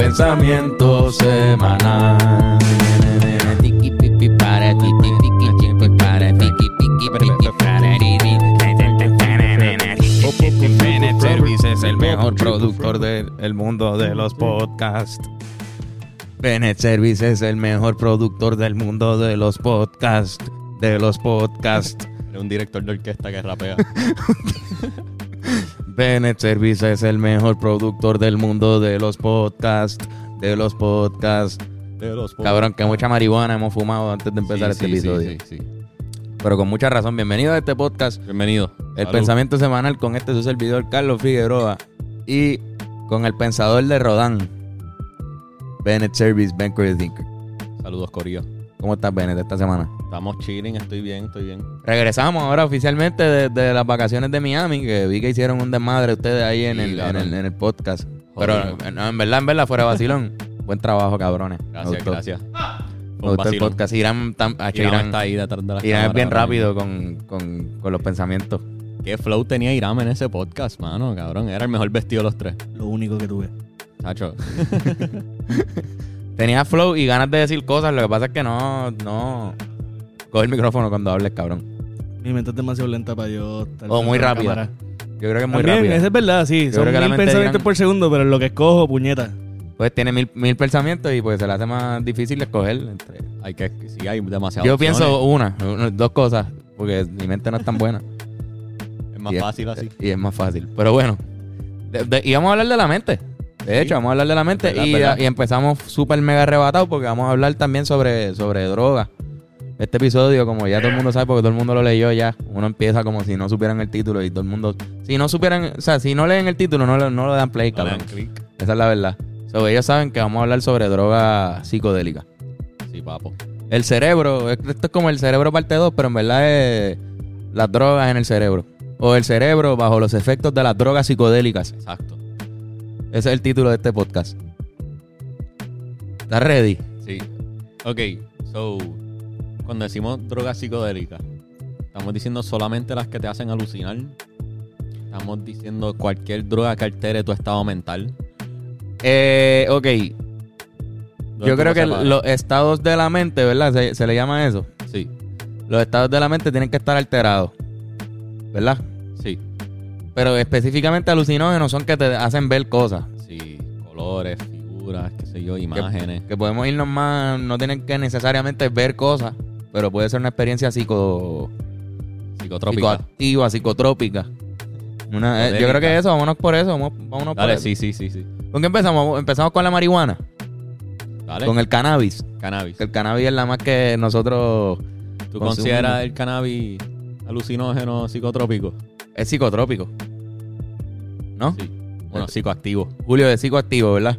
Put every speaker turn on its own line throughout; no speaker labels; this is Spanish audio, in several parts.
pensamiento semanal. Bennett Service es el mejor productor del el mundo de los podcasts. Bennett Service es el mejor productor del mundo de los podcasts. De los podcasts.
Era un director de orquesta que rapea.
Bennett Service es el mejor productor del mundo de los podcasts. De los podcasts.
De los pocos.
Cabrón, que mucha marihuana hemos fumado antes de
Sí,
empezar
sí,
este
sí,
episodio.
sí, sí.
Pero con mucha razón, bienvenido a este podcast.
Bienvenido.
El
Salud.
pensamiento semanal con este su servidor Carlos Figueroa y con el pensador de Rodán, Bennett Service, Ben Curry Thinker.
Saludos, Corillo.
¿Cómo estás, Bennett, esta semana?
Estamos chilling, estoy bien, estoy bien.
Regresamos ahora oficialmente de, de las vacaciones de Miami, que vi que hicieron un desmadre ustedes ahí en,
Sí,
el, en,
cabrón.
el, en el podcast.
Joder.
Pero no, en verdad, en verdad, fuera vacilón. Buen trabajo, cabrones. Me
Gracias,
gustó.
gracias.
Me
Fue un
gustó el
vacilón.
podcast. Irán, tam- ah,
Irán,
Irán-
está ahí detrás de la
Irán es bien rápido con, con- con los pensamientos.
¿Qué flow tenía Irán en ese podcast, mano? Cabrón, era el mejor vestido de los tres.
Lo único que tuve.
Chacho.
Tenía flow y ganas de decir cosas, lo que pasa es que no, no. Coge el micrófono cuando hables, cabrón.
Mi mente es demasiado lenta para yo estar.
O muy
frente a la
rápida.
cámara.
Yo creo que es muy
También,
rápido.
Eso es verdad, sí.
Yo
Son
creo que la
mil
mente de
pensamientos
Irán-
por segundo, pero en lo que escojo, puñeta.
Pues tiene mil, mil pensamientos y pues se le hace más difícil escoger. entre-
Hay que, sí, hay demasiado.
Yo pienso una, una- dos cosas, porque mi mente no es tan buena.
Es más
Y es-
fácil así.
Y es más fácil. Pero bueno, de- de- y vamos a hablar de la mente. De
Sí.
hecho, vamos a hablar de la mente
Verdad,
y,
verdad.
y empezamos súper mega arrebatados porque vamos a hablar también sobre, sobre droga. Este episodio, como ya todo el mundo sabe, porque todo el mundo lo leyó ya, uno empieza como si no supieran el título y todo el mundo... Si no supieran, o sea, si no leen el título, no, lo- no lo dan play,
No le
cabrón.
dan clic.
Esa es la verdad. So, ellos saben que vamos a hablar sobre droga psicodélica.
Sí, papo.
El cerebro, esto es como el cerebro parte 2, pero en verdad es las drogas en el cerebro. O el cerebro bajo los efectos de las drogas psicodélicas.
Exacto.
Ese es el título de este podcast. ¿Estás ready?
Sí. Ok, so, cuando decimos drogas psicodélicas, estamos diciendo solamente las que te hacen alucinar. Estamos diciendo cualquier droga que altere tu estado mental.
Eh, ok.
Droga
Yo
tú
creo
no
que
sepas.
los estados de la mente, ¿verdad? Se, se le llama eso.
Sí,
Los estados de la mente tienen que estar alterados. ¿Verdad?
sí,
Pero específicamente alucinógenos son que te hacen ver cosas.
sí. Colores, figuras, qué sé yo, imágenes.
Que podemos irnos más, no tienen que necesariamente ver cosas, pero puede ser una experiencia psico...
Psicotrópicas.
psicoactiva, psicotrópica. Una- eh, yo creo que eso, vámonos por eso, vamos- vámonos por
Dale,
eso.
sí, sí, sí, sí.
¿Con qué empezamos? Empezamos con la marihuana,
Dale,
con el cannabis.
cannabis.
Que el cannabis es la más que nosotros...
¿Tú
consumo.
consideras el cannabis alucinógeno psicotrópico?
Es psicotrópico. ¿No?
Sí. Bueno, psicoactivo.
Julio de psicoactivo, ¿verdad?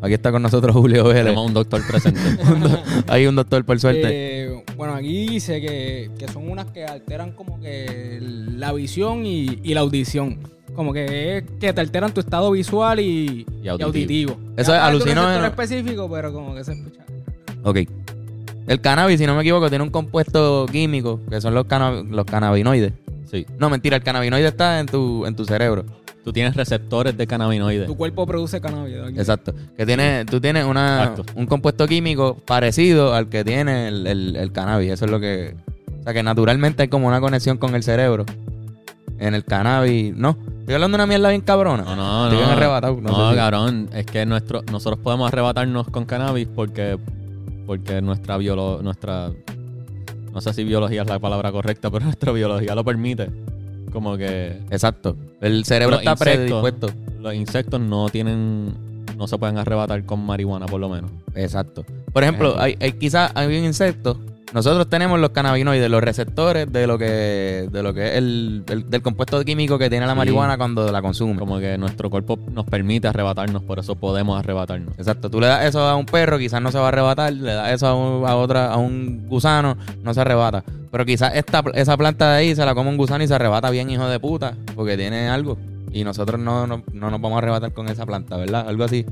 Aquí está con nosotros Julio Vélez.
Tenemos un doctor presente.
Hay un doctor, por suerte.
Eh, bueno, aquí dice que, que son unas que alteran como que la visión y, y la audición. Como que, es que te alteran tu estado visual y,
Y
y
auditivo.
auditivo.
Eso es
Capaz de un
alucinógeno.
receptor específico, pero como que se escucha.
Ok. El cannabis, si no me equivoco, tiene un compuesto químico que son los, cana- los cannabinoides.
sí.
No, mentira, el cannabinoide está en tu, en tu cerebro.
Tú tienes receptores de cannabinoides.
Tu cuerpo produce cannabis.
Exacto. Que tiene, tú tienes una,
Exacto.
un compuesto químico parecido al que tiene el, el- el cannabis. Eso es lo que. O sea, que naturalmente hay como una conexión con el cerebro. En el cannabis. No. Estoy hablando de una mierda bien cabrona.
No, no,
Estoy bien
no.
arrebatado. No,
No,
sé si-
cabrón, es que nuestro, nosotros podemos arrebatarnos con cannabis porque, porque nuestra biolo, nuestra no sé si biología es la palabra correcta, pero nuestra biología lo permite. Como que
Exacto. El cerebro
Los
está
insectos.
predispuesto.
los insectos no tienen, no se pueden arrebatar con marihuana por lo menos.
Exacto. Por
Eh.
ejemplo, hay, hay- quizás hay un insecto. Nosotros tenemos los cannabinoides, los receptores de lo que, de lo que es el, el- del compuesto químico que tiene la
Sí.
marihuana cuando la consume.
Como que nuestro cuerpo nos permite arrebatarnos, por eso podemos arrebatarnos.
Exacto, tú le das eso a un perro, quizás no se va a arrebatar, le das eso a, un- a otra, a un gusano, no se arrebata. Pero quizás esta, esa planta de ahí se la come un gusano y se arrebata bien, hijo de puta, porque tiene algo. Y nosotros no, no, no nos vamos a arrebatar con esa planta, ¿verdad? Algo así.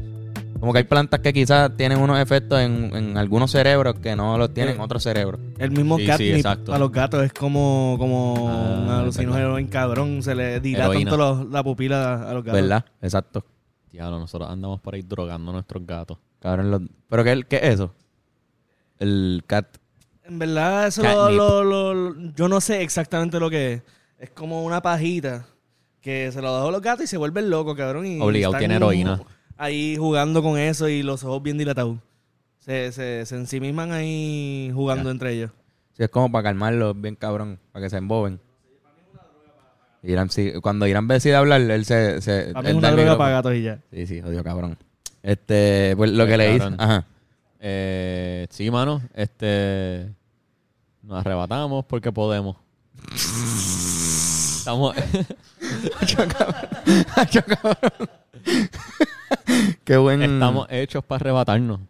Como que hay plantas que quizás tienen unos efectos en, en algunos cerebros que no los tienen
Sí.
otros cerebros.
El mismo
Sí,
cat
sí, exacto.
para los gatos es como, como
Ah,
un alucinógeno bien cabrón. Se le dilatan
Heroína.
toda la pupila a los gatos.
¿Verdad? Exacto.
Diablo, nosotros andamos por ahí drogando a nuestros gatos.
Cabrón, los- ¿Pero qué, qué es eso? El cat.
En verdad, eso lo,
Catnip.
lo- lo- lo- yo no sé exactamente lo que es. Es como una pajita que se lo da a los gatos y se vuelven locos, cabrón. Y
Obligado,
están
tiene heroína.
Ahí jugando con eso y los ojos bien dilatados. Se, se, se ensimisman ahí jugando entre ellos.
Sí, es como para calmarlos bien cabrón, para que se emboben. Irán, sí, cuando Irán ve si de hablar, él se... se
A mí
él
es
da
una
el
droga
micrófono.
para gatos y ya.
Sí, sí, odio cabrón. Este, pues lo
Oye,
que le hice...
cabrón.
Ajá.
Eh, sí, mano, este. Nos arrebatamos porque podemos. Estamos.
Yo, cabrón. Qué buen...
Estamos hechos para arrebatarnos.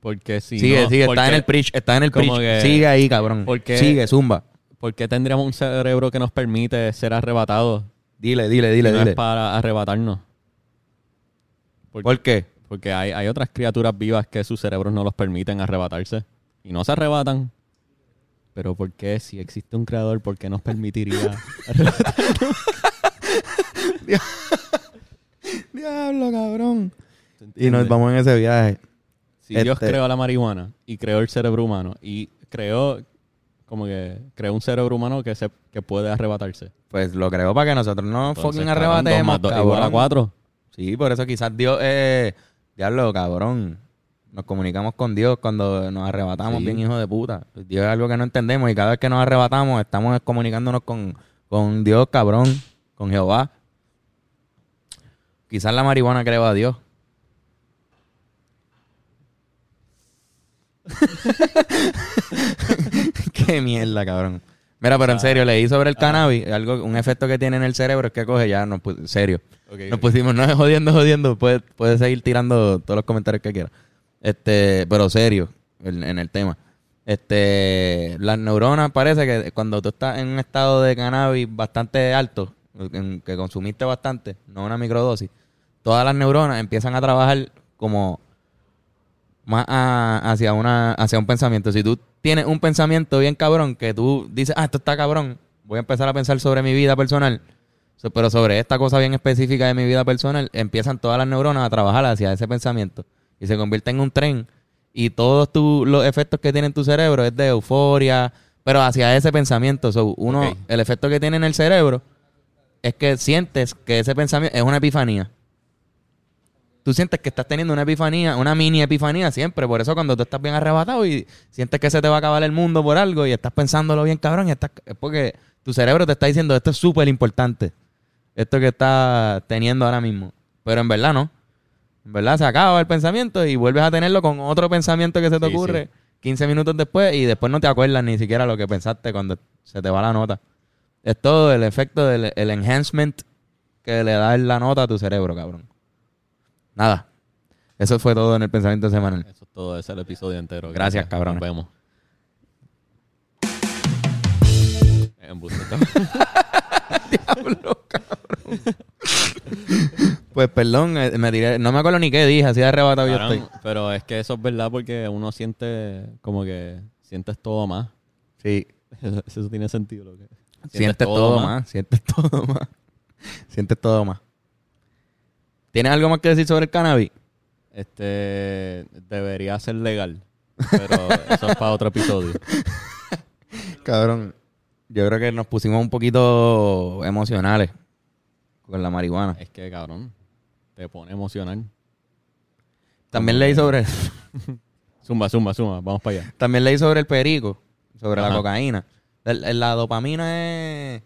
Porque si.
sigue,
no,
sigue,
¿por
está en
qué-
el preach, está en el
como
preach.
que-
sigue ahí, cabrón.
¿por qué?
Sigue, zumba.
¿Por qué tendríamos un cerebro que nos permite ser arrebatados?
Dile, dile, dile,
no
dile.
es para arrebatarnos. Por-
¿Por qué?
porque hay, hay otras criaturas vivas que sus cerebros no los permiten arrebatarse. Y no se arrebatan. Pero ¿por qué? Si existe un creador, ¿por qué nos permitiría arrebatarnos?
Diablo, cabrón. Y nos
¿Entiendes?
vamos en ese viaje.
Si Dios
Este-
creó la marihuana y creó el cerebro humano y creó como que creó un cerebro humano que se que puede arrebatarse.
Pues lo creo para que nosotros no
Entonces,
fucking
cabrón, dos
arrebatemos.
más dos igual a
cabrón.
cuatro.
Sí, por eso quizás Dios, eh, diablo, cabrón. Nos comunicamos con Dios cuando nos arrebatamos,
Sí.
bien hijo de puta. Dios es algo que no entendemos y cada vez que nos arrebatamos estamos comunicándonos con, con Dios, cabrón, con Jehová. Quizás la marihuana creó a Dios. Qué mierda, cabrón. Mira, pero en serio, leí sobre el cannabis, algo, un efecto que tiene en el cerebro es que coge ya, no, pu- en serio. Nos pusimos, no, jodiendo, jodiendo. Puedes, puedes seguir tirando todos los comentarios que quieras. Este, pero serio, en, en el tema. Este, las neuronas parece que cuando tú estás en un estado de cannabis bastante alto, en que consumiste bastante, no una microdosis, todas las neuronas empiezan a trabajar como más a- hacia, una, hacia un pensamiento. Si tú tienes un pensamiento bien cabrón, que tú dices, ah, esto está cabrón, voy a empezar a pensar sobre mi vida personal, so- pero sobre esta cosa bien específica de mi vida personal, empiezan todas las neuronas a trabajar hacia ese pensamiento y se convierte en un tren. Y todos tu- los efectos que tiene en tu cerebro es de euforia, pero hacia ese pensamiento. So, uno,
Ok.
El efecto que tiene en el cerebro es que sientes que ese pensamiento es una epifanía tú sientes que estás teniendo una epifanía, una mini epifanía siempre. Por eso cuando tú estás bien arrebatado y sientes que se te va a acabar el mundo por algo y estás pensándolo bien cabrón, y estás, es porque tu cerebro te está diciendo esto es súper importante. Esto que estás teniendo ahora mismo. Pero en verdad no. En verdad se acaba el pensamiento y vuelves a tenerlo con otro pensamiento que se te
Sí,
ocurre 15 minutos después y después no te acuerdas ni siquiera lo que pensaste cuando se te va la nota. Es todo el efecto del el enhancement que le da la nota a tu cerebro, cabrón. Nada. Eso fue todo en el pensamiento semanal.
Eso es todo, ese es el episodio entero.
Gracias, cabrones.
Nos vemos. Embuste.
Pues perdón, eh, me tiré- no me acuerdo ni qué dije, así de arrebatado yo
Cabrón,
estoy.
Pero es que eso es verdad porque uno siente como que sientes todo más.
Sí,
Eso, eso tiene sentido. Lo que...
sientes, todo, más. sientes todo más. Sientes todo más. ¿Tienes algo más que decir sobre el cannabis?
Este debería ser legal. Pero eso es para otro episodio.
Cabrón, yo creo que nos pusimos un poquito emocionales con la marihuana.
Es que, cabrón, te pone emocional.
También leí sobre
Zumba, zumba, zumba. Vamos para allá.
También leí sobre el perico, sobre la
Ajá.
cocaína. El- el- la dopamina es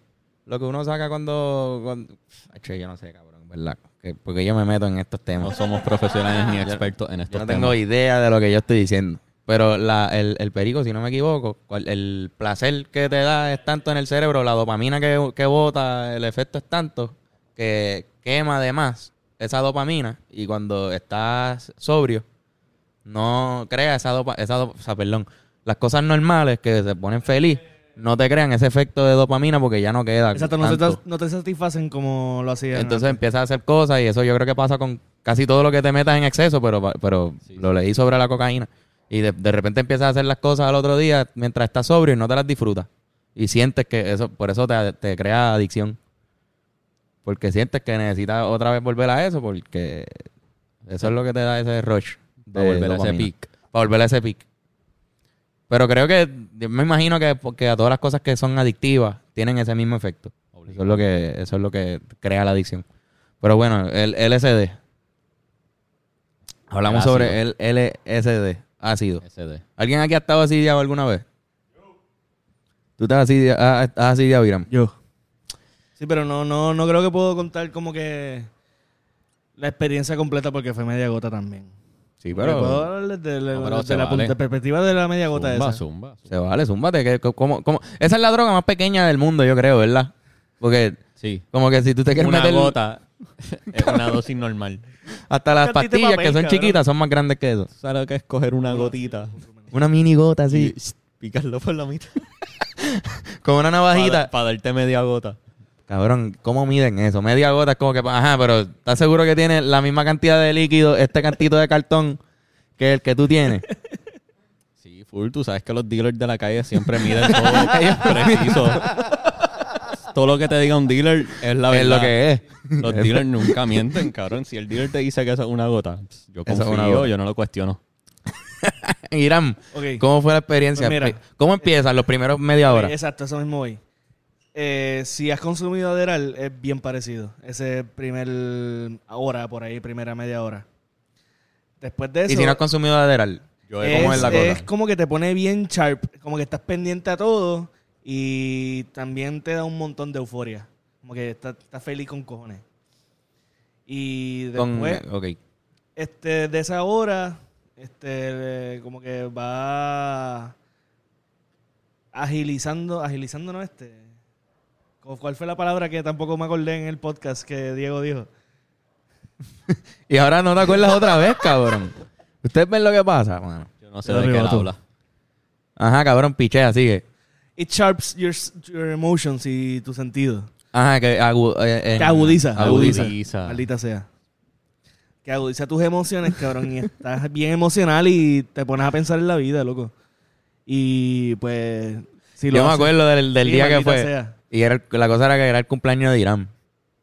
lo que uno saca cuando... cuando- Acho, yo no sé, cabrón, ¿verdad? Que- porque yo me meto en estos temas.
No somos profesionales ni expertos en
Yo
estos
no
temas.
tengo idea de lo que yo estoy diciendo. Pero la, el, el perico, si no me equivoco, cual- el placer que te da es tanto en el cerebro, la dopamina que, que bota, el efecto es tanto que quema además esa dopamina y cuando estás sobrio no crea esa dopa, esa do- o sea, perdón, las cosas normales que se ponen feliz no te crean ese efecto de dopamina porque ya no queda.
Exacto, no, se
tanto.
te, no te satisfacen como lo hacían.
Entonces empiezas a hacer cosas y eso yo creo que pasa con casi todo lo que te metas en exceso, pero, pa- pero
Sí,
lo leí sobre la cocaína. Y de, de repente empiezas a hacer las cosas al otro día mientras estás sobrio y no te las disfrutas. Y sientes que eso, por eso te, te crea adicción. porque sientes que necesitas otra vez volver a eso, porque eso es lo que te da ese rush.
Va a volver a ese
dopamina.
pic.
Para volver a ese pic. Pero creo que, yo me imagino que porque a todas las cosas que son adictivas tienen ese mismo efecto. Eso es lo que, eso es lo que crea la adicción. Pero bueno, el LSD. Hablamos
El ácido.
sobre el LSD, ácido.
Ese de.
¿Alguien aquí ha estado asidiado alguna vez? ¿Tú estás asidia- ah, estás asidiado, Iram?
Yo. Sí, pero no, no, no creo que puedo contar como que la experiencia completa porque fue media gota también.
Sí,
Pero, puedo
pero
hablar desde la,
No, pero
desde
se
la
vale.
punta- perspectiva de la media gota
Zumba,
esa.
zumba, zumba.
se vale, zúmbate. Que, como, como, esa es la droga más pequeña del mundo, yo creo, ¿verdad? Porque
Sí.
como que si tú te quieres
Una
meter
gota es una dosis normal.
hasta las
Una cantidad de
pastillas que
papel,
son
cabrón.
chiquitas son más grandes que eso.
¿Tú ¿Sabes lo que es coger una gotita?
Una mini gota así,
Y sh, picarlo por la mitad.
con una
Para,
navajita.
para darte media gota.
Cabrón, ¿cómo miden eso? Media gota es como que, ajá, pero ¿estás seguro que tiene la misma cantidad de líquido este cantito de cartón que el que tú tienes?
Sí, full. Tú sabes que los dealers de la calle siempre miden todo preciso. todo lo que te diga un dealer es la verdad.
es lo que es.
Los dealers nunca mienten, cabrón. Si el dealer te dice que eso es una gota, pss, yo
Eso es
confío,
una gota.
yo no lo cuestiono.
Irán,
Ok.
¿cómo fue la experiencia?
Pues mira. Pues,
¿Cómo empiezan los primeros media hora?
Exacto, eso mismo hoy. si has consumido Adderall, es bien parecido. Ese primer hora, por ahí, primera media hora. Después de eso,
Y si no has consumido Adderall.
Yo
es,
¿cómo es la cosa?
es como que te pone bien sharp, como que estás pendiente a todo y también te da un montón de euforia. Como que estás estás feliz con cojones. Y
Con, eh,
después,
ok.
este, de esa hora, este, eh, como que va agilizando, agilizando, ¿no? Este, ¿cu- ¿Cuál fue la palabra que tampoco me acordé en el podcast que Diego dijo?
Y ahora no te acuerdas otra vez, cabrón. Ustedes ven lo que pasa, mano.
Yo no sé
Yo
de qué él
arriba tú.
habla.
Ajá, cabrón, pichea, sigue.
It sharps your, s- your emotions y tu sentido.
Ajá, que agu- eh, eh,
Que agudiza.
Agudiza.
Agudiza.
Maldita sea. Que agudiza tus emociones, cabrón. Y estás bien emocional y te pones a pensar en la vida, loco. Y pues. Si lo
Yo me
haces-
acuerdo del, del
Sí,
día que
maldita
fue.
sea.
Y era, el- la cosa era que era el cumpleaños de Irán.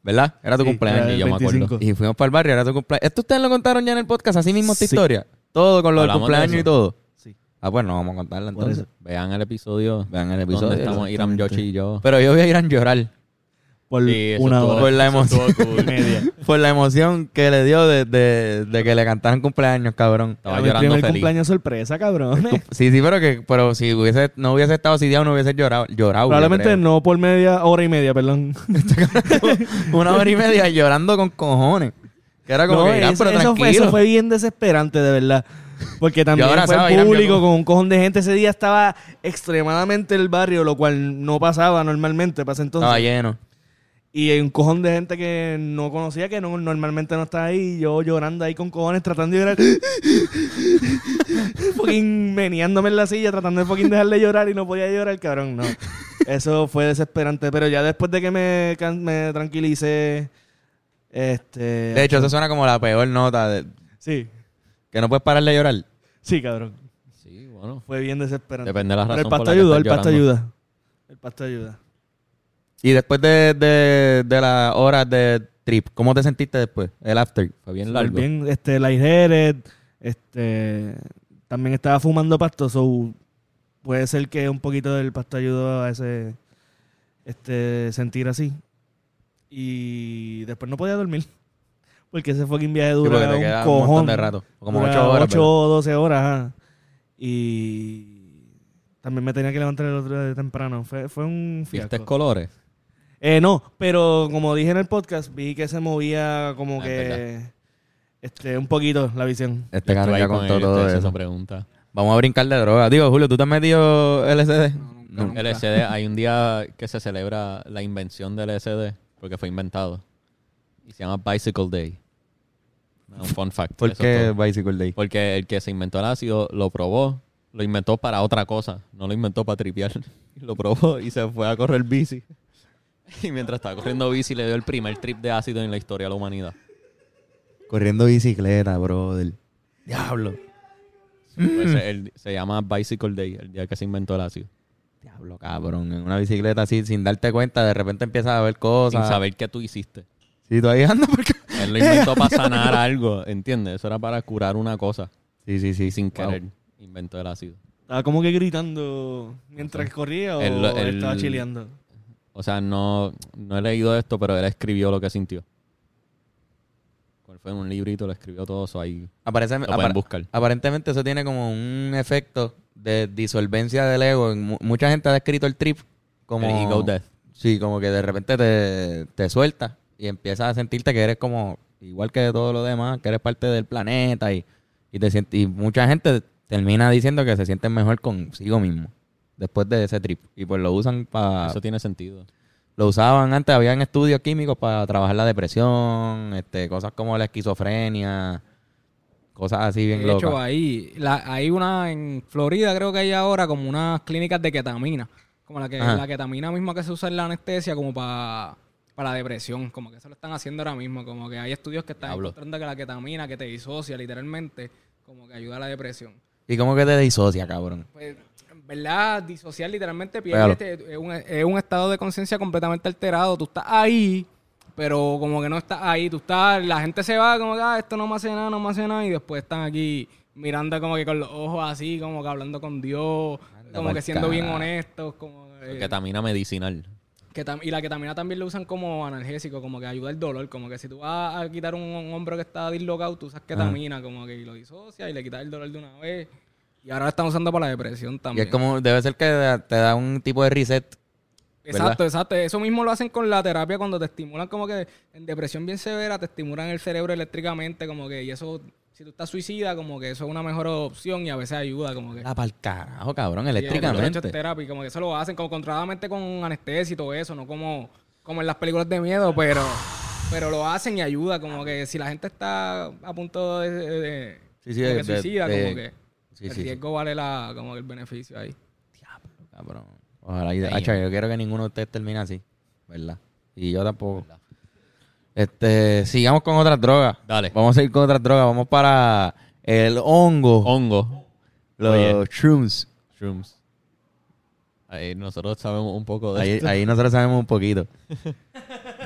¿Verdad? Era tu
Sí,
cumpleaños.
era el
y yo me acuerdo.
25.
Y fuimos para el barrio, era tu cumpleaños. Esto ustedes lo contaron ya en el podcast, así mismo esta
Sí.
historia. Todo con lo del
Hablamos de
cumpleaños
eso.
y todo.
Sí.
Ah, pues no vamos a contarla
Por
entonces.
Vean el episodio.
Vean el
Donde
episodio.
estamos Iram Yoshi y yo.
Pero yo voy a Irán llorar.
Por
Sí, eso
una
estuvo-
Por
hora.
la
eso
emoción.
estuvo cool.
y media.
Por la emoción que le dio de, de- de que le cantaran cumpleaños, cabrón.
Estaba
Era mi
llorando
primer
feliz.
cumpleaños sorpresa, cabrón.
Sí, sí, pero que pero si hubiese, no hubiese estado sitiado, no hubiese llorado. llorado yo
Probablemente
creo.
no por media hora y media, perdón.
Una hora y media llorando con cojones. Que era como
No,
que Irán,
eso,
pero
eso
tranquilo.
fue, eso fue bien desesperante, de verdad. Porque también
Yo abrazaba
fue
a Irán,
público
yo-
con un cojón de gente. Ese día estaba extremadamente el barrio, lo cual no pasaba normalmente para ese entonces.
Estaba lleno.
Y hay un cojón de gente que no conocía, que no, normalmente no está ahí. Y yo llorando ahí con cojones, tratando de llorar. fucking meneándome en la silla, tratando de fucking dejar de llorar y no podía llorar, cabrón. No. Eso fue desesperante. Pero ya después de que me, can- me tranquilicé, este...
De hecho, eso suena como la peor nota. de-
Sí,
que no puedes parar de llorar.
sí, cabrón.
Sí, bueno.
Fue bien desesperante.
Depende de la razón
Pero
por
el pasto
la que
ayudó, el
estés
pasto
llorando.
ayuda. El pasto ayuda.
Y después de, de, de las horas de trip, ¿cómo te sentiste después? El after.
Fue bien
Súper
largo.
Bien, este, lightheaded, este, también estaba fumando pasto, so puede ser que un poquito del pasto ayudó a ese, este, sentir así. Y después no podía dormir, porque ese fucking viaje
Sí,
dura
porque te
un
queda un,
cojón.
montón de rato. Como
Dura
ocho horas.
ocho o 12 horas, ajá. Y también me tenía que levantar el otro día temprano. Fue, fue un
¿Viste
fiasco.
colores?
Eh, no, pero como dije en el podcast, vi que se movía como
Ah,
que
es
este, un poquito la visión.
pero- Este
Estuve
cabrón
ahí
ya
con
contó
él,
todo
ustedes se
eso.
hacen preguntas.
Vamos a brincar de droga. Digo, Julio, ¿tú te has metido LSD?
nunca, nunca.
LSD, hay un día que se celebra la invención del LSD, porque fue inventado. Y se llama Bicycle Day. Un fun fact.
¿Por
eso
qué
es todo.
Bicycle Day?
Porque el que se inventó el ácido lo probó, lo inventó para otra cosa, no lo inventó para tripear. Lo probó y se fue a correr bici. Y mientras estaba corriendo bici le dio el primer trip de ácido en la historia de la humanidad.
Corriendo bicicleta, brother. Diablo.
Pues, el- se llama Bicycle Day, el día que se inventó el ácido.
Diablo, cabrón. En una bicicleta así, sin darte cuenta, de repente empiezas a ver cosas.
sin saber qué tú hiciste.
Sí, todavía ando porque.
Él lo inventó para sanar algo, ¿entiendes? Eso era para curar una cosa.
Sí, sí, sí.
Y sin
Wow.
querer inventó el ácido.
Estaba como que gritando mientras corría o
El- el-
estaba chileando.
O sea, no, no he leído esto, pero él escribió lo que sintió. ¿Cuál fue? En un librito, lo escribió todo eso ahí.
Aparece,
Lo
apar-
pueden buscar.
aparentemente eso tiene como un efecto de disolvencia del ego. En mu- mucha gente ha descrito el trip como...
El ego death.
Sí, como que de repente te, te sueltas y empiezas a sentirte que eres como igual que todo lo demás, que eres parte del planeta y, y te sient- y mucha gente termina diciendo que se sienten mejor consigo mismo después de ese trip y pues lo usan para
Eso tiene sentido.
lo usaban antes, habían estudios químicos para trabajar la depresión, este, cosas como la esquizofrenia, cosas así bien
de hecho,
locas.
ahí la- hay una en Florida, creo que hay ahora como unas clínicas de ketamina. Como la, que,
Ajá.
la ketamina misma que se usa en la anestesia como para para la depresión. Como que eso lo están haciendo ahora mismo. Como que hay estudios que están
Diablo.
encontrando que la ketamina que te disocia literalmente, como que ayuda a la depresión.
¿Y cómo que te disocia, cabrón?
Pues, en verdad, disociar literalmente
Pégalo.
pierde este- es, un, es un estado de conciencia completamente alterado. Tú estás ahí, pero como que no estás ahí. Tú estás, la gente se va como que, ah, esto no me hace nada, no me hace nada. Y después están aquí mirando como que con los ojos así, como que hablando con Dios,
Anda
como
pa'l
que siendo bien
carajo.
honestos. Como, que-
Ketamina medicinal.
que tam- y la ketamina también lo usan como analgésico, como que ayuda al dolor. Como que si tú vas a quitar un, un hombro que está dislocado, tú usas ketamina, como que lo disocia y le quitas el dolor de una vez. Y ahora lo están usando para la depresión
Y
también.
es como, debe ser que te da un tipo de reset.
Exacto, exacto. Eso mismo lo hacen con la terapia cuando te estimulan como que en depresión bien severa, te estimulan el cerebro eléctricamente, como que, y eso, si tú estás suicida, como que eso es una mejor opción y a veces ayuda, como que.
La pa'l carajo, cabrón,
Sí, eso es
Ah, eléctricamente.
terapia, y como que eso lo hacen como controladamente con anestesia y todo eso, no como, como en las películas de miedo, pero, pero lo hacen y ayuda, como que si la gente está a punto de, de- de-
Sí, sí,
como
de-
que suicida,
de- de-
como que
Sí,
el
sí, sí.
riesgo vale la, como que el beneficio ahí.
Diablo, cabrón. Ojalá, y, Hacho, yo quiero que ninguno de ustedes termine así, ¿verdad? Y yo tampoco. Este, sigamos con otras drogas.
Dale.
Vamos a ir con otras drogas. Vamos para el hongo,
Hongo.
los
Oye.
shrooms.
Shrooms. Ahí eh, nosotros sabemos un poco de
Ahí,
esto.
ahí nosotros sabemos un poquito.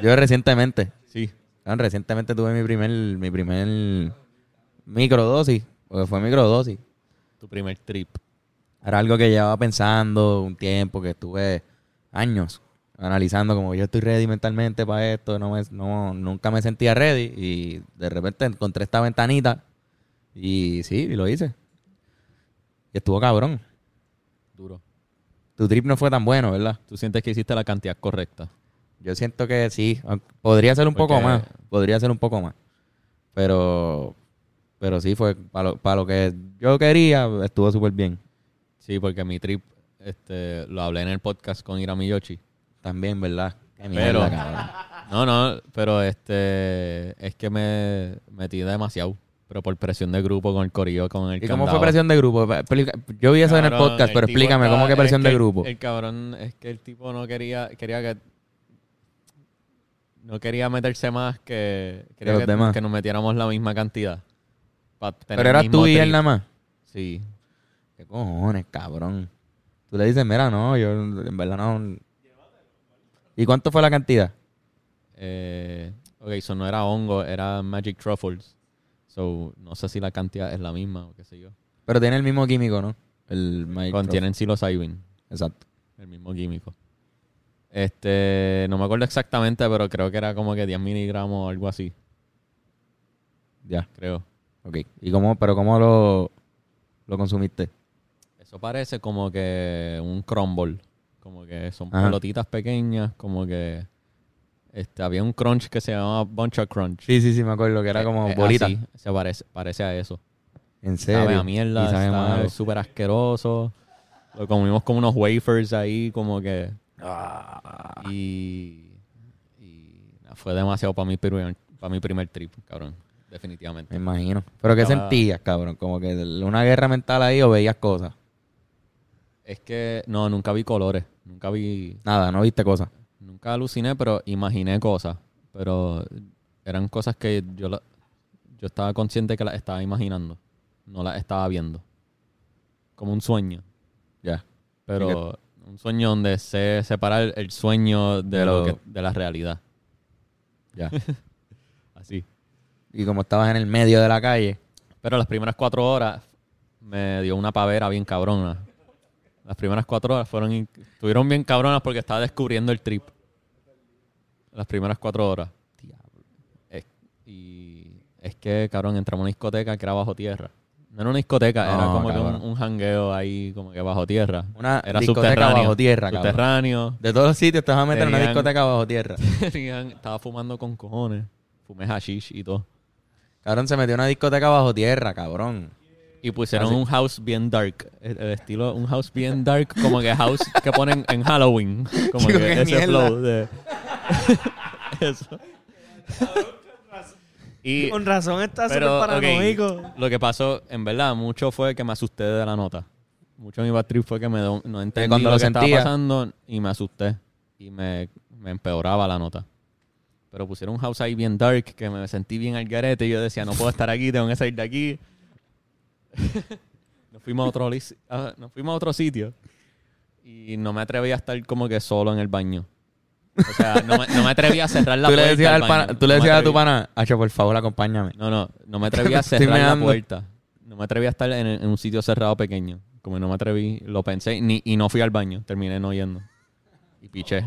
Yo recientemente,
Sí.
ah, recientemente tuve mi primer, mi primer microdosis, porque fue microdosis.
Tu primer trip.
Era algo que llevaba pensando un tiempo, que estuve años analizando como yo estoy ready mentalmente para esto, no me, no, nunca me sentía ready y de repente encontré esta ventanita y sí, y lo hice. Y estuvo cabrón.
Duro.
Tu trip no fue tan bueno, ¿verdad?
Tú sientes que hiciste la cantidad correcta.
Yo siento que sí, aunque- podría ser un poco
Porque-
más, podría ser un poco más. Pero pero sí fue para lo, para lo que yo quería, estuvo súper bien
Sí, porque mi trip este, lo hablé en el podcast con Irami Yoshi.
también, ¿verdad? Qué
Pero-
mierda, cabrón.
No, no, pero este es que me metí demasiado. Pero por presión de grupo con el corillo, con el
¿Y cómo
que
fue
andaba.
presión de grupo? Pa- explica- Yo vi eso en el
Cabrón,
podcast, pero
tipo
explícame,
estaba-
¿cómo que
es
presión de
el-
grupo?
El, cabrón, es que el tipo no quería, quería que no quería meterse más que quería
los
que,
demás.
que nos metiéramos la misma cantidad. pa' tener
Pero
el
eras
mismo
tú y él
trip.
nada más.
Sí.
¿Qué cojones, cabrón? Tú le dices, mira, no, yo en verdad no. ¿Y cuánto fue la cantidad?
Eh, ok, eso no era hongo, era Magic Truffles. So, no sé si la cantidad es la misma o qué sé yo.
Pero tiene el mismo químico, ¿no? El Mike
Contienen psilocybin,
Trout. Exacto.
el mismo químico. Este, no me acuerdo exactamente, pero creo que era como que 10 miligramos o algo así,
Ya,
creo.
ok. ¿Y cómo, pero cómo lo, lo consumiste?
Eso parece como que un crumble. Como que son
Ajá.
pelotitas pequeñas, como que... Este, había un crunch que se llamaba Bunch of Crunch. Eh,
Sí, sí, sí, me acuerdo que era como bolita.
Así, se parece, parece a eso.
En serio.
Sabe a
Y
mierda,
eh, sabe
está
malo.
súper asqueroso. Lo comimos como unos wafers ahí, como que...
Ah.
Y... y nada, fue demasiado para mi, primer, para mi primer trip, cabrón. Definitivamente.
Me imagino. ¿Pero qué
Estaba-
sentías, cabrón? Como que una guerra mental ahí o veías cosas.
Es que... No, nunca vi colores. Nunca vi...
Nada, no viste cosas.
Nunca aluciné, pero imaginé cosas. Pero eran cosas que yo, la- yo estaba consciente que las estaba imaginando. No las estaba viendo. Como un sueño.
Ya.
Pero Un sueño donde se separa el, el sueño de, lo que- de la realidad.
Ya.
Así.
Y como estabas en el medio de la calle.
Pero las primeras cuatro horas me dio una pavera bien cabrona. Las primeras cuatro horas fueron in- estuvieron bien cabronas porque estaba descubriendo el trip. Las primeras cuatro horas. Es, y es que, cabrón, entramos a una discoteca que era bajo tierra. No era una discoteca, era
No,
como que
cabrón.
un, un jangueo ahí como que bajo tierra.
Una
era
discoteca
subterráneo,
bajo tierra, cabrón.
Subterráneo.
De todos los sitios te vas a meter en una
Tenían-
discoteca bajo tierra.
Tenían- estaba fumando con cojones. Fumé hashish y todo.
Cabrón, se metió en una discoteca bajo tierra, cabrón.
Y pusieron
Así.
un house bien dark. El, el estilo, un house bien dark, como que house que ponen en Halloween. Como
Digo,
que
qué
ese
mierda.
flow de. Eso. Y,
Con razón está súper
pero, ok,
paranoico.
lo que pasó, en verdad, mucho fue que me asusté de la nota. Mucho de mi bad trip fue que me do- no entendí
cuando
lo,
lo
que
sentía.
estaba pasando y me asusté. Y me, me empeoraba la nota. Pero pusieron un house ahí bien dark que me sentí bien al garete. Y yo decía, no puedo estar aquí, tengo que salir de aquí. nos, fuimos a otro, lis- ah, nos fuimos a otro sitio. Y no me atreví a estar como que solo en el baño. O sea, no me, no me atreví a cerrar la
Tú le
puerta.
decías,
al
al
baño.
pana- tú
No
le
me
decías a tu
atreví.
pana, Hacho, por favor, acompáñame.
No, no, no me atreví a
Estoy
cerrar la
meando.
puerta. No me atreví a estar en, en un sitio cerrado pequeño. Como no me atreví, lo pensé ni, y no fui al baño. Terminé no yendo. Y piché.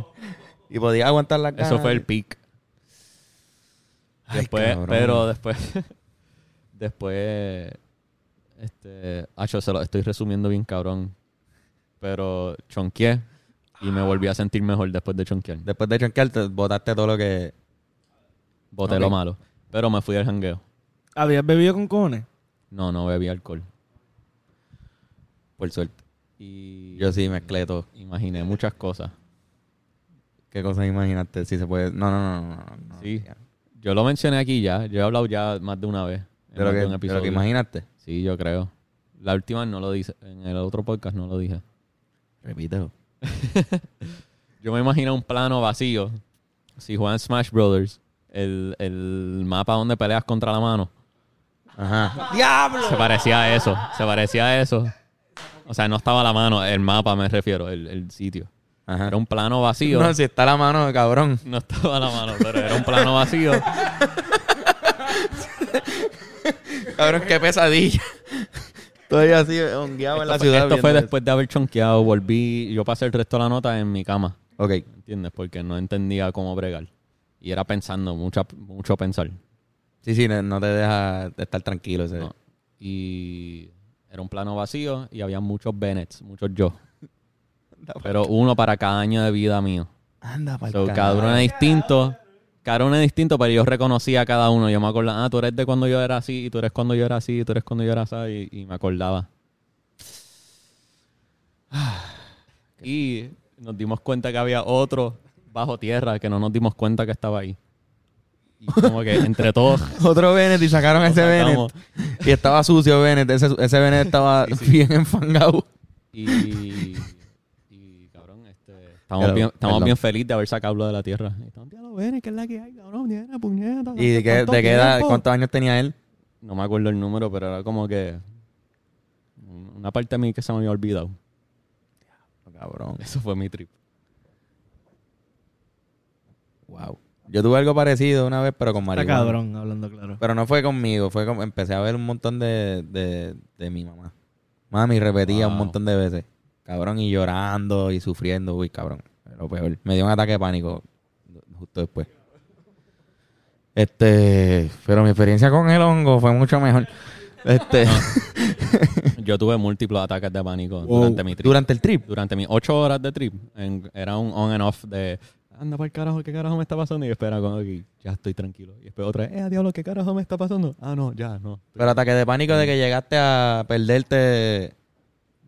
Y podía aguantar la cara.
Eso fue el pic.
Ay,
Después,
cabrón.
pero después, después, este, acho, se lo estoy resumiendo bien cabrón. Pero chonqué y me volví a sentir mejor después de chonquear.
Después de chanquearte, botaste todo lo que...
Boté
Ok.
lo malo. Pero me fui al jangueo.
¿Habías bebido con cojones?
No, no bebí alcohol.
Por suerte.
Y
Yo sí mezclé todo.
imaginé muchas cosas.
¿Qué cosas imaginaste? Si se puede... No, no, no, no. no, no.
Sí.
Ya.
Yo lo mencioné aquí ya. Yo he hablado ya más de una vez. en
De lo,
más
que,
un
de lo que
episodio.
imaginaste.
Sí, yo creo. La última no lo dice. En el otro podcast no lo dije.
Repítelo.
Yo me imagino un plano vacío. Si juegan Smash Brothers, el, el mapa donde peleas contra la mano,
Ajá.
se parecía a eso. Se parecía a eso. O sea, no estaba la mano, el mapa me refiero, el, el sitio.
Ajá.
Era un plano vacío.
No, si está la mano, cabrón.
No estaba la mano, pero era un plano vacío.
Cabrón, qué pesadilla. Estoy así, hongueado en la
Esto fue-
ciudad.
esto fue
viendo
después de haber chonqueado, volví, yo pasé el resto de la nota en mi cama,
Ok.
¿entiendes? Porque no entendía cómo bregar. Y era pensando, mucha, mucho pensar.
Sí, sí, no, no te deja de estar tranquilo. ese-
No. Y era un plano vacío y había muchos Bennets, muchos yo. Pero uno para cada año de vida mío.
Anda, para
So, cada uno era distinto. Cada uno era distinto, pero yo reconocía a cada uno. Yo me acordaba, ah, tú eres de cuando yo era así, y tú eres cuando yo era así, y tú eres cuando yo era así, y, y me acordaba. Y nos dimos cuenta que había otro bajo tierra que no nos dimos cuenta que estaba ahí. Y como que entre todos.
Otro Bennett y sacaron ese
sacamos.
Bennett. Y estaba sucio Bennett. Ese, ese Bennett estaba bien enfangado.
Y, y, cabrón, este, estamos,
Pero,
bien, estamos
perdón.
bien felices de haber sacado de la tierra. Y estamos, "Diablo, ven, ¿qué es la que hay, cabrón? Diana, puñeta,
¿Y de qué,
¿tanto
de qué edad?
tiempo?"
¿Cuántos años tenía él?
No me acuerdo el número, pero era como que. Una parte de mí que se me había olvidado.
Cabrón.
Eso fue mi trip.
Wow. Yo tuve algo parecido una vez, pero con
Está
marihuana.
cabrón, hablando claro.
Pero no fue conmigo, fue como empecé a ver un montón de, de, de mi mamá. Mami repetía un
Wow.
montón de veces. Cabrón, y llorando y sufriendo. Uy, cabrón. Lo peor. Me dio un ataque de pánico justo después. Este, pero mi experiencia con el hongo fue mucho mejor. Este,
Yo tuve múltiples ataques de pánico
Wow.
durante mi trip.
durante el trip.
Durante mis ocho horas de trip, en- era un on and off de. Anda para el carajo, ¿qué carajo me está pasando? Y espera, como que ya estoy tranquilo. Y después otra vez, eh, diablo, ¿qué carajo me está pasando? Ah, no, ya, no.
Pero ataque de pánico de que llegaste a perderte de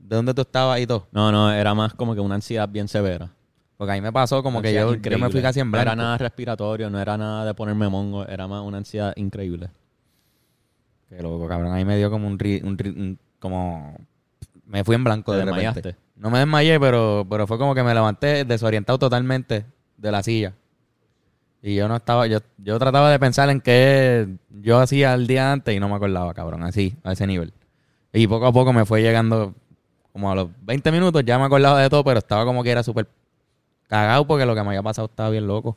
donde tú estabas y todo.
No, no, era más como que una ansiedad bien severa.
Porque a mí me pasó como que
Ansiedad
yo, yo
increíble.
me fui casi en blanco.
No era nada respiratorio, no era nada de ponerme mongo, era más una ansiedad increíble.
Qué loco, cabrón. Ahí me dio como un, ri- un ri- un- como me fui en blanco
¿Te
de repente.
desmayaste?
No me desmayé, pero pero fue como que me levanté desorientado totalmente de la silla. Y yo no estaba yo yo trataba de pensar en qué yo hacía el día antes y no me acordaba, cabrón, así, a ese nivel. Y poco a poco me fue llegando Como a los 20 minutos ya me acordaba de todo, pero estaba como que era súper cagado porque lo que me había pasado estaba bien loco.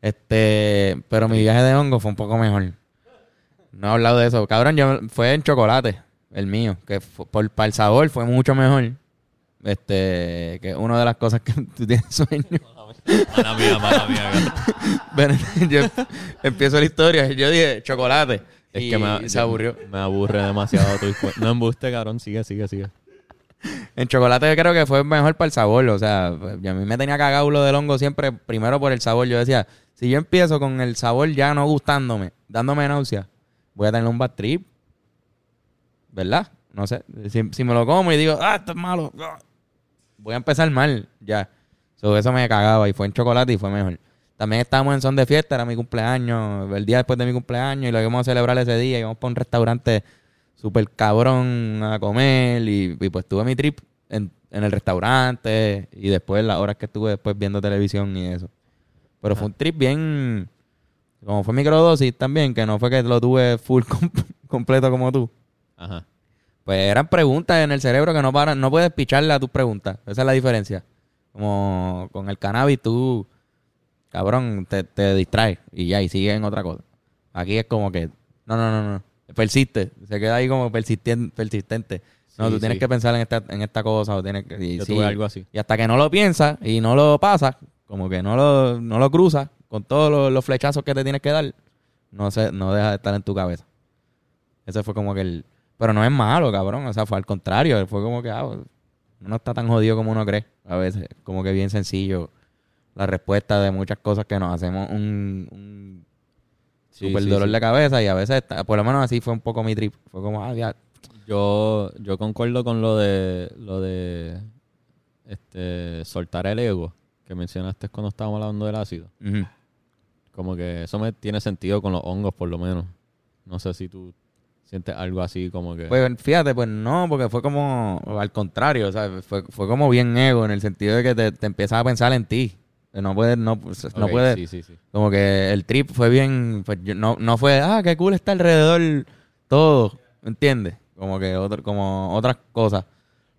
Este, pero mi viaje de hongo fue un poco mejor. No he hablado de eso. Cabrón, yo, fue en chocolate, el mío, que fue- por, para el sabor fue mucho mejor. Este, que es una de las cosas que tú tienes sueño.
Mala mía, mala mía.
Pero yo empiezo la historia. Yo dije chocolate.
Es
y
que me,
se aburrió.
Me aburre demasiado tu hijo- No embuste, cabrón. Sigue, sigue, sigue.
En chocolate yo creo que fue mejor para el sabor. O sea, yo a mí me tenía cagado lo del hongo siempre, primero por el sabor. Yo decía, si yo empiezo con el sabor ya no gustándome, dándome náusea, voy a tener un bad trip. ¿Verdad? No sé. Si, si me lo como y digo, ah, esto es malo. ah, Voy a empezar mal, ya. So, eso me cagaba y fue en chocolate y fue mejor. También estábamos en son de fiesta, era mi cumpleaños, el día después de mi cumpleaños y lo íbamos a celebrar ese día. Íbamos para un restaurante súper cabrón a comer y, y pues tuve mi trip en, en el restaurante y después las horas que estuve después viendo televisión y eso. Pero fue un trip bien, como fue microdosis también, que no fue que lo tuve full com- completo como tú.
Ajá.
Pues eran preguntas en el cerebro que no paran, no puedes picharle a tus preguntas. Esa es la diferencia. Como con el cannabis tú, cabrón, te, te distraes y ya, y sigues en otra cosa. Aquí es como que, no, no, no, no. Persiste, se queda ahí como persistien- persistente. No,
Sí,
tú tienes
sí.
que pensar en esta, en esta cosa o tienes que... y
Yo
sí.
tuve algo así.
Y hasta que no lo piensas y no lo pasas, como que no lo, no lo cruzas con todos los, los flechazos que te tienes que dar, no se, no deja de estar en tu cabeza. Ese fue como que el... Pero no es malo, cabrón. O sea, fue al contrario. Fue como que, ah, no está tan jodido como uno cree. A veces, como que bien sencillo la respuesta de muchas cosas que nos hacemos un, un
Sí,
super
sí,
dolor
sí.
de cabeza y a veces, está- por lo menos así fue un poco mi trip. Fue como, ah, ya,
Yo, yo concuerdo con lo de lo de este soltar el ego que mencionaste cuando estábamos hablando del ácido.
ujú.
Como que eso me tiene sentido con los hongos por lo menos. No sé si tú sientes algo así como que
Pues fíjate, pues no, porque fue como al contrario, o sea, fue, fue como bien ego en el sentido de que te, te empiezas a pensar en ti. Que No puedes, no, pues, no
Ok,
puedes,
Sí, sí, sí.
como que el trip fue bien, pues, yo- no, no fue, ah, qué cool está alrededor todo, ¿entiendes? Como que otro, como otras cosas.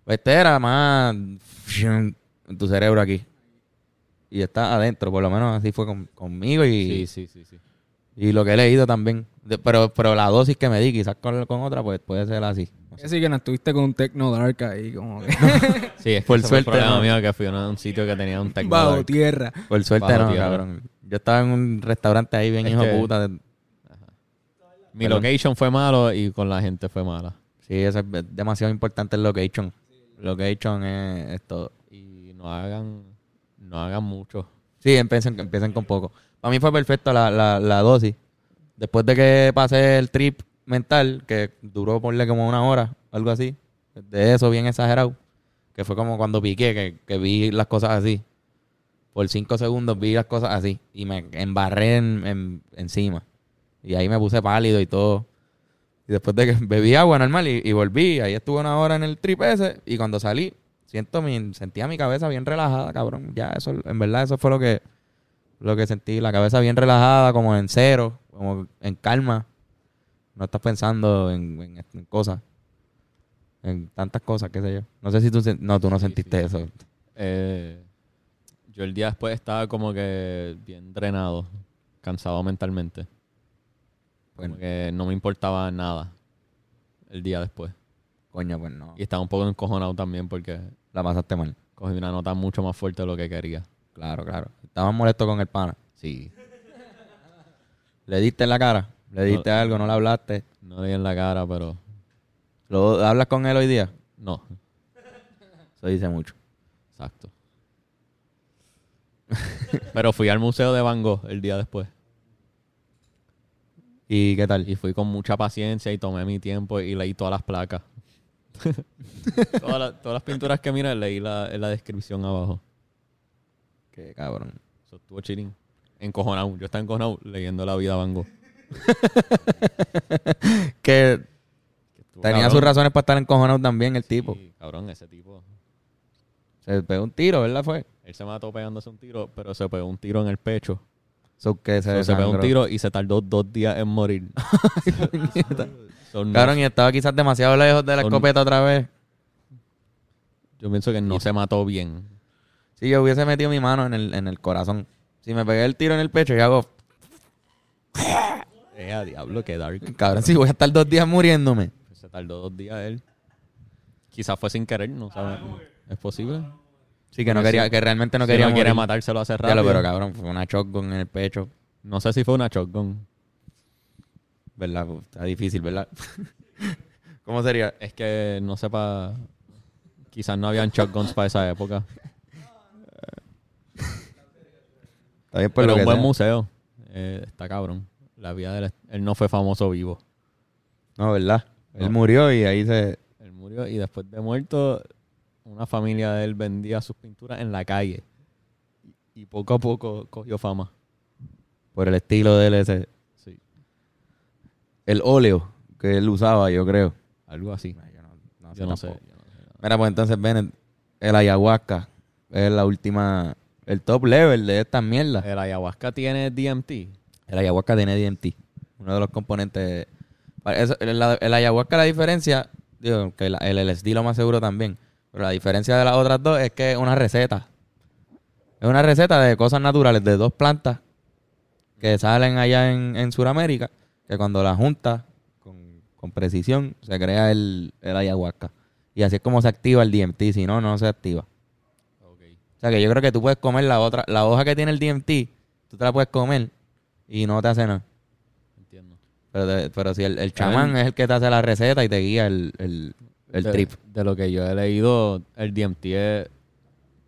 Pues este era más en tu cerebro aquí. Y está adentro, por lo menos así fue con- conmigo y...
Sí, sí, sí, sí.
Y lo que he leído también. De- pero, pero la dosis que me di, quizás con, con otra, pues puede ser así. No sé.
Así que no estuviste con un techno dark ahí, como que
Sí,
Por
es que ese fue el
suerte,
problema
no.
mío que fui a un sitio que tenía un tecnológico.
bajo tierra.
Por suerte
Bajo
no,
tierra.
cabrón. Yo estaba en un restaurante ahí bien
Es
hijo
que-
puta. de-
Mi
Perdón.
location fue malo y con la gente fue mala.
Sí, eso es demasiado importante el location. Location es, es todo.
Y no hagan, no hagan mucho.
Sí, empiecen, empiecen con poco. Para mí fue perfecto la, la, la dosis. Después de que pasé el trip mental, que duró ponle como una hora, algo así, de eso bien exagerado, que fue como cuando piqué, que, que vi las cosas así. Por cinco segundos vi las cosas así y me embarré en- en- encima. Y ahí me puse pálido y todo. Y después de que bebí agua normal y, y volví, ahí estuve una hora en el trip ese y cuando salí, siento mi, sentía mi cabeza bien relajada, cabrón. Ya eso, en verdad, eso fue lo que, lo que sentí, la cabeza bien relajada, como en cero, como en calma. No estás pensando en, en- en cosas, en tantas cosas, qué sé yo. No sé si tú, sen- no, tú no sentiste eso.
Eh, yo el día después estaba como que bien drenado, cansado mentalmente.
Bueno,
Porque no me importaba nada el día después.
coño, pues no,
Y estaba un poco encojonado también porque
la pasaste mal.
cogí una nota mucho más fuerte de lo que quería.
Claro, claro. Estabas molesto con el pana.
Sí.
Le diste en la cara, le diste algo, no le hablaste.
No leí en la cara, pero
¿Lo, ¿Hablas con él hoy día?
no.
Eso dice mucho.
Exacto. pero fui al museo de Van Gogh el día después.
¿Y qué tal?
Y fui con mucha paciencia y tomé mi tiempo y leí todas las placas. todas, las, todas las pinturas que mira leí la, en la descripción abajo.
Qué cabrón.
Eso estuvo chilling. Encojonado. Yo estaba encojonado leyendo La vida de Van Gogh.
Que
Que estuvo
tenía
cabrón.
sus razones para estar encojonado también el tipo.
Sí, cabrón, ese tipo.
Se pegó un tiro, ¿verdad? Fue.
Él se mató pegándose un tiro, pero se pegó un tiro en el pecho.
So, que se,
So, se pegó un
desangró.
tiro y se tardó dos días en morir. So, no-
Cabrón, y estaba quizás demasiado lejos de la
Son-
escopeta otra vez.
Yo pienso que no se mató bien.
Si yo hubiese metido mi mano en el, en el corazón. Si me pegué el tiro en el pecho y hago.
Eh, a diablo, qué dark.
Cabrón, si voy a estar dos días muriéndome.
Se tardó dos días él. Quizás fue sin querer, no sabemos. ¿Es posible?
Sí, que no
Sí.
quería, que realmente no
Si
quería
no quiere
morir.
matárselo hace
Ya lo,
rápido.
pero cabrón, fue una shotgun en el pecho.
no sé si fue una shotgun.
¿Verdad? Uf, Está difícil, ¿verdad? ¿Cómo sería?
Es que no sepa. Quizás no habían shotguns para esa época.
Está bien por
Pero
lo que
un buen
sea.
museo. Eh, está cabrón. La vida de él. Él no fue famoso vivo.
No, ¿verdad? Él
No.
murió y ahí se...
Él murió y después de muerto, una familia de él vendía sus pinturas en la calle. Y poco a poco cogió fama.
Por el estilo de él ese...
Sí,
El óleo que él usaba, yo creo.
algo así.
Yo no,
Yo no sé. yo no sé.
Mira, pues entonces, Bennett, el ayahuasca es la última... El top level de estas mierdas.
El ayahuasca tiene DMT.
El ayahuasca tiene DMT. Uno de los componentes. para eso, el, la- el ayahuasca, la diferencia. Digo, que la- el LSD lo más seguro también. Pero la diferencia de las otras dos es que es una receta. Es una receta de cosas naturales, de dos plantas que salen allá en, en Sudamérica. Que cuando las juntas con, con precisión se crea el, el ayahuasca. Y así es como se activa el DMT. Si no, no se activa. O sea que yo creo que tú puedes comer la otra, la hoja que tiene el DMT, tú te la puedes comer y no te hace nada.
Entiendo.
Pero, te- pero si el, el chamán es el que te hace la receta y te guía el, el- el
de,
trip.
De lo que yo he leído, el DMT es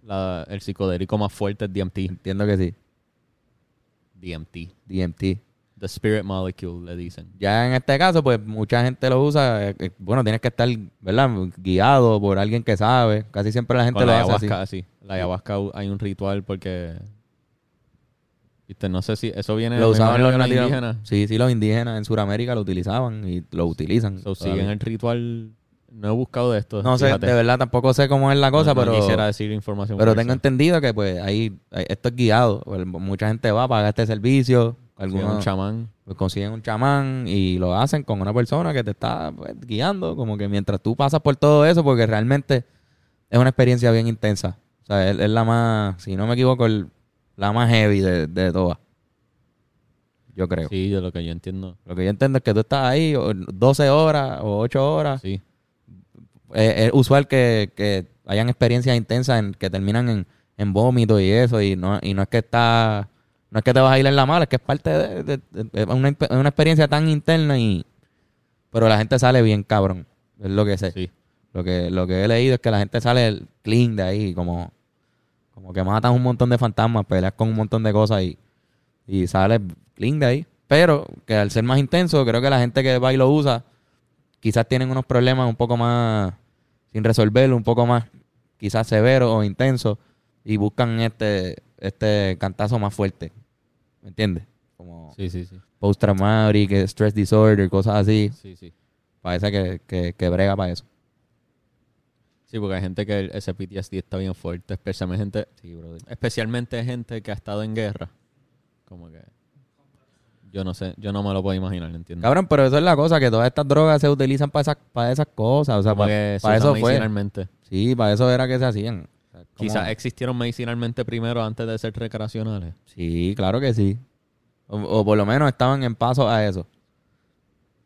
la- el psicodélico más fuerte, es DMT.
Entiendo que sí.
DMT.
DMT.
The Spirit Molecule, le dicen.
Ya en este caso, pues mucha gente lo usa. eh, eh, Bueno, tienes que estar, ¿verdad? Guiado por alguien que sabe. Casi siempre la gente
Con
lo
la
hace así.
ayahuasca, así. La ayahuasca u- hay un ritual porque... Viste, no sé si eso viene
Lo
me
usaban
imagino
los
que
nativos.
indígenas.
Sí, sí, los indígenas en Sudamérica lo utilizaban y lo utilizan.
So,
todavía.
siguen el ritual. No he buscado de esto.
no sé,
fíjate.
de verdad tampoco sé cómo es la cosa,
No- no
pero...
quisiera decir información.
Pero
falsa.
tengo entendido que pues ahí ahí- esto es guiado. Pues, Mucha gente va a pagar este servicio.
Sí,
Algunos
un chamán.
pues, consiguen un chamán y lo hacen con una persona que te está pues, guiando. Como que mientras tú pasas por todo eso, porque realmente es una experiencia bien intensa. O sea, es, es la más, si no me equivoco, el- la más heavy de, de todas. Yo creo.
Sí, de lo que yo entiendo.
Lo que yo entiendo es que tú estás ahí o 12 horas o 8 horas.
Sí.
Eh, es usual que, que hayan experiencias intensas en, que terminan en, en vómito y eso, y no, y no es que está, no es que te vas a ir en la mala, es que es parte de, de- de- es una, imp- es una experiencia tan interna y pero la gente sale bien cabrón, es lo que sé.
Sí.
Lo que, lo que he leído es que la gente sale clean de ahí, como, como que matas un montón de fantasmas, peleas con un montón de cosas y, y sales clean de ahí. Pero que al ser más intenso, creo que la gente que va y lo usa, quizás tienen unos problemas un poco más sin resolver, un poco más quizás severos o intensos y buscan este, este cantazo más fuerte. ¿Me entiendes? Como
Sí, sí, sí.
post-traumatic, stress disorder, cosas así.
Sí, sí.
Parece que, que, que brega para eso.
Sí, porque hay gente que el- ese PTSD está bien fuerte, especialmente gente, especialmente gente que ha estado en guerra. Como que yo no sé, yo no me lo puedo imaginar, ¿entiendes?
Cabrón, pero eso es la cosa, que todas estas drogas se utilizan para esas, para esas cosas. O sea,
Como
para,
que se usa
eso fue.
medicinalmente.
Sí, para eso era que se hacían. O sea, como-
Quizás existieron medicinalmente primero antes de ser recreacionales.
Sí, claro que sí. O, o por lo menos estaban en paso a eso.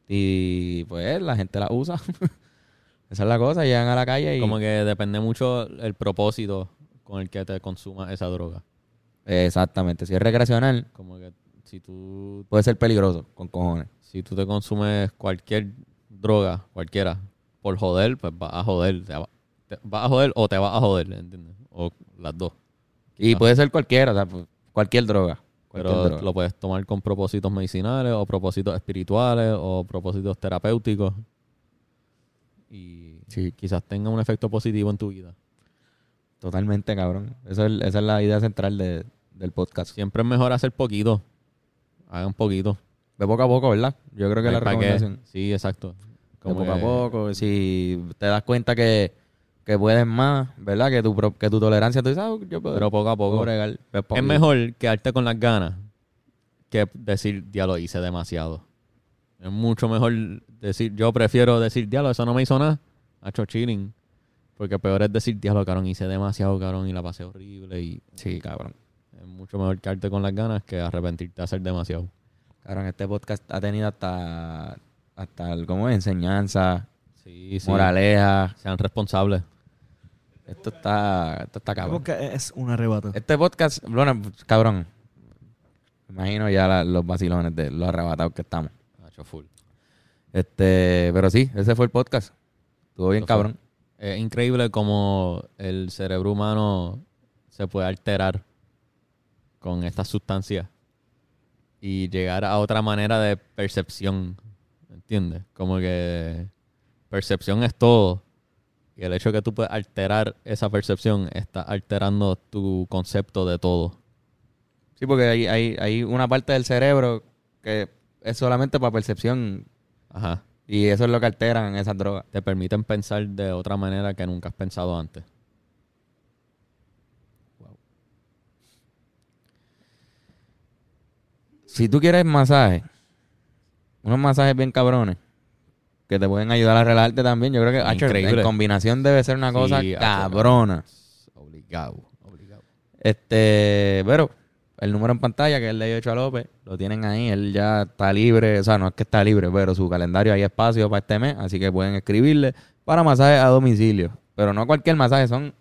Y pues la gente la usa. Esa es la cosa, llegan a la calle y...
Como que depende mucho el propósito con el que te consumas esa droga.
Exactamente, si es recreacional,
Como que si tú
puede ser peligroso, con cojones.
si tú te consumes cualquier droga, cualquiera, por joder, pues vas a joder. Te va- te- vas a joder o te vas a joder, ¿entiendes? O las dos.
Y
Ah.
puede ser cualquiera, o sea, pues, cualquier droga. Cualquier
Pero
droga.
lo puedes tomar con propósitos medicinales o propósitos espirituales o propósitos terapéuticos. Y
Sí.
quizás tenga un efecto positivo en tu vida.
Totalmente, cabrón. Eso es- esa es la idea central de- del podcast.
Siempre es mejor hacer poquito. Hagan poquito.
De poco a poco, ¿verdad? Yo creo que la
¿Para qué?
recomendación.
Sí, exacto.
De
Como
poco a
que-
poco, si te das cuenta que, que puedes más, ¿verdad? Que tu, pro- que tu tolerancia, tú dices, "Ah, yo puedo,
Pero poco a
puedo
poco.
bregar". Pues,
Es
poquito.
mejor quedarte con las ganas que decir, ya lo hice demasiado. Es mucho mejor decir, yo prefiero decir, diablo, eso no me hizo nada. Hacho chilling. Porque peor es decir, diablo, cabrón, hice demasiado, cabrón, y la pasé horrible. Y
Sí, cabrón.
es mucho mejor quedarte con las ganas que arrepentirte de hacer demasiado.
Cabrón, este podcast ha tenido hasta, hasta el- ¿cómo es? Enseñanza,
Sí, sí.
moraleja.
Sean responsables.
Esto está, esto está cabrón.
Porque es un arrebato.
Este podcast, bueno, cabrón. Me Imagino ya la- los vacilones de los arrebatados que estamos.
Nacho, full.
Este, pero sí, ese fue el podcast. Estuvo bien,
Eso fue.
cabrón.
Es increíble cómo el cerebro humano se puede alterar con estas sustancias y llegar a otra manera de percepción. ¿Entiendes? Como que percepción es todo. Y el hecho de que tú puedas alterar esa percepción está alterando tu concepto de todo.
Sí, porque hay, hay, hay una parte del cerebro que es solamente para percepción
Ajá.
y eso es lo que alteran esas drogas.
Te permiten pensar de otra manera que nunca has pensado antes.
Si tú quieres masajes, unos masajes bien cabrones, que te pueden ayudar a relajarte también, yo creo que acho,
Ah, Increíble.
en combinación debe ser una
Sí,
cosa
acho,
cabrona.
Obligado, obligado.
Este, pero el número en pantalla, que es el de Yocho López, lo tienen ahí. Él ya está libre, o sea, no es que está libre, pero su calendario hay espacio para este mes, así que pueden escribirle para masajes a domicilio. Pero no cualquier masaje, son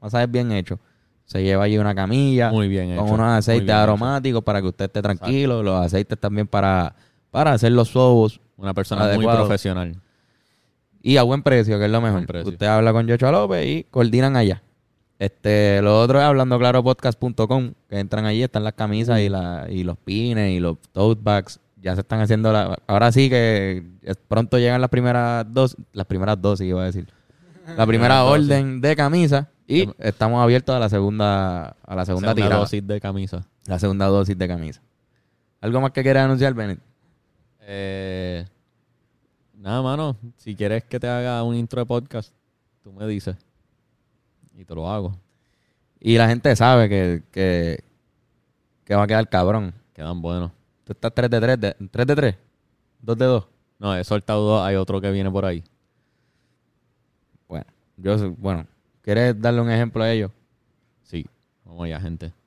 masajes bien hechos. Se lleva allí una camilla
Muy
con
bien hecho,
unos
muy
aceites
bien hecho.
aromáticos para que usted esté tranquilo. Los aceites también para, para hacer los sobos
Una persona muy
Adecuado.
profesional.
y a buen precio, que es lo mejor.
buen precio.
Usted habla con Yocho López y coordinan allá. Este, lo otro es hablandoclaropodcast.com, que entran allí, están las camisas y, la, y los pines y los tote bags. Ya se están haciendo la, ahora sí que es- pronto llegan las primeras dos, las primeras dosis iba a decir. La primera
dosis.
orden de camisa y estamos abiertos a la segunda, a la segunda,
Em, Segunda
tirada.
dosis de camisa.
La segunda dosis de camisa. ¿Algo más que quieras anunciar, Bennett?
Eh, nada, mano. Si quieres que te haga un intro de podcast, tú me dices. Y te lo hago.
Y la gente sabe que, que, que va a quedar cabrón.
Quedan buenos.
Tú estás 3 de 3, de, 3 de 3, 2 de 2.
No, he soltado dos. Hay otro que viene por ahí.
Bueno, yo, sé- bueno, ¿quieres darle un ejemplo a ellos?
Sí. Vamos allá, gente.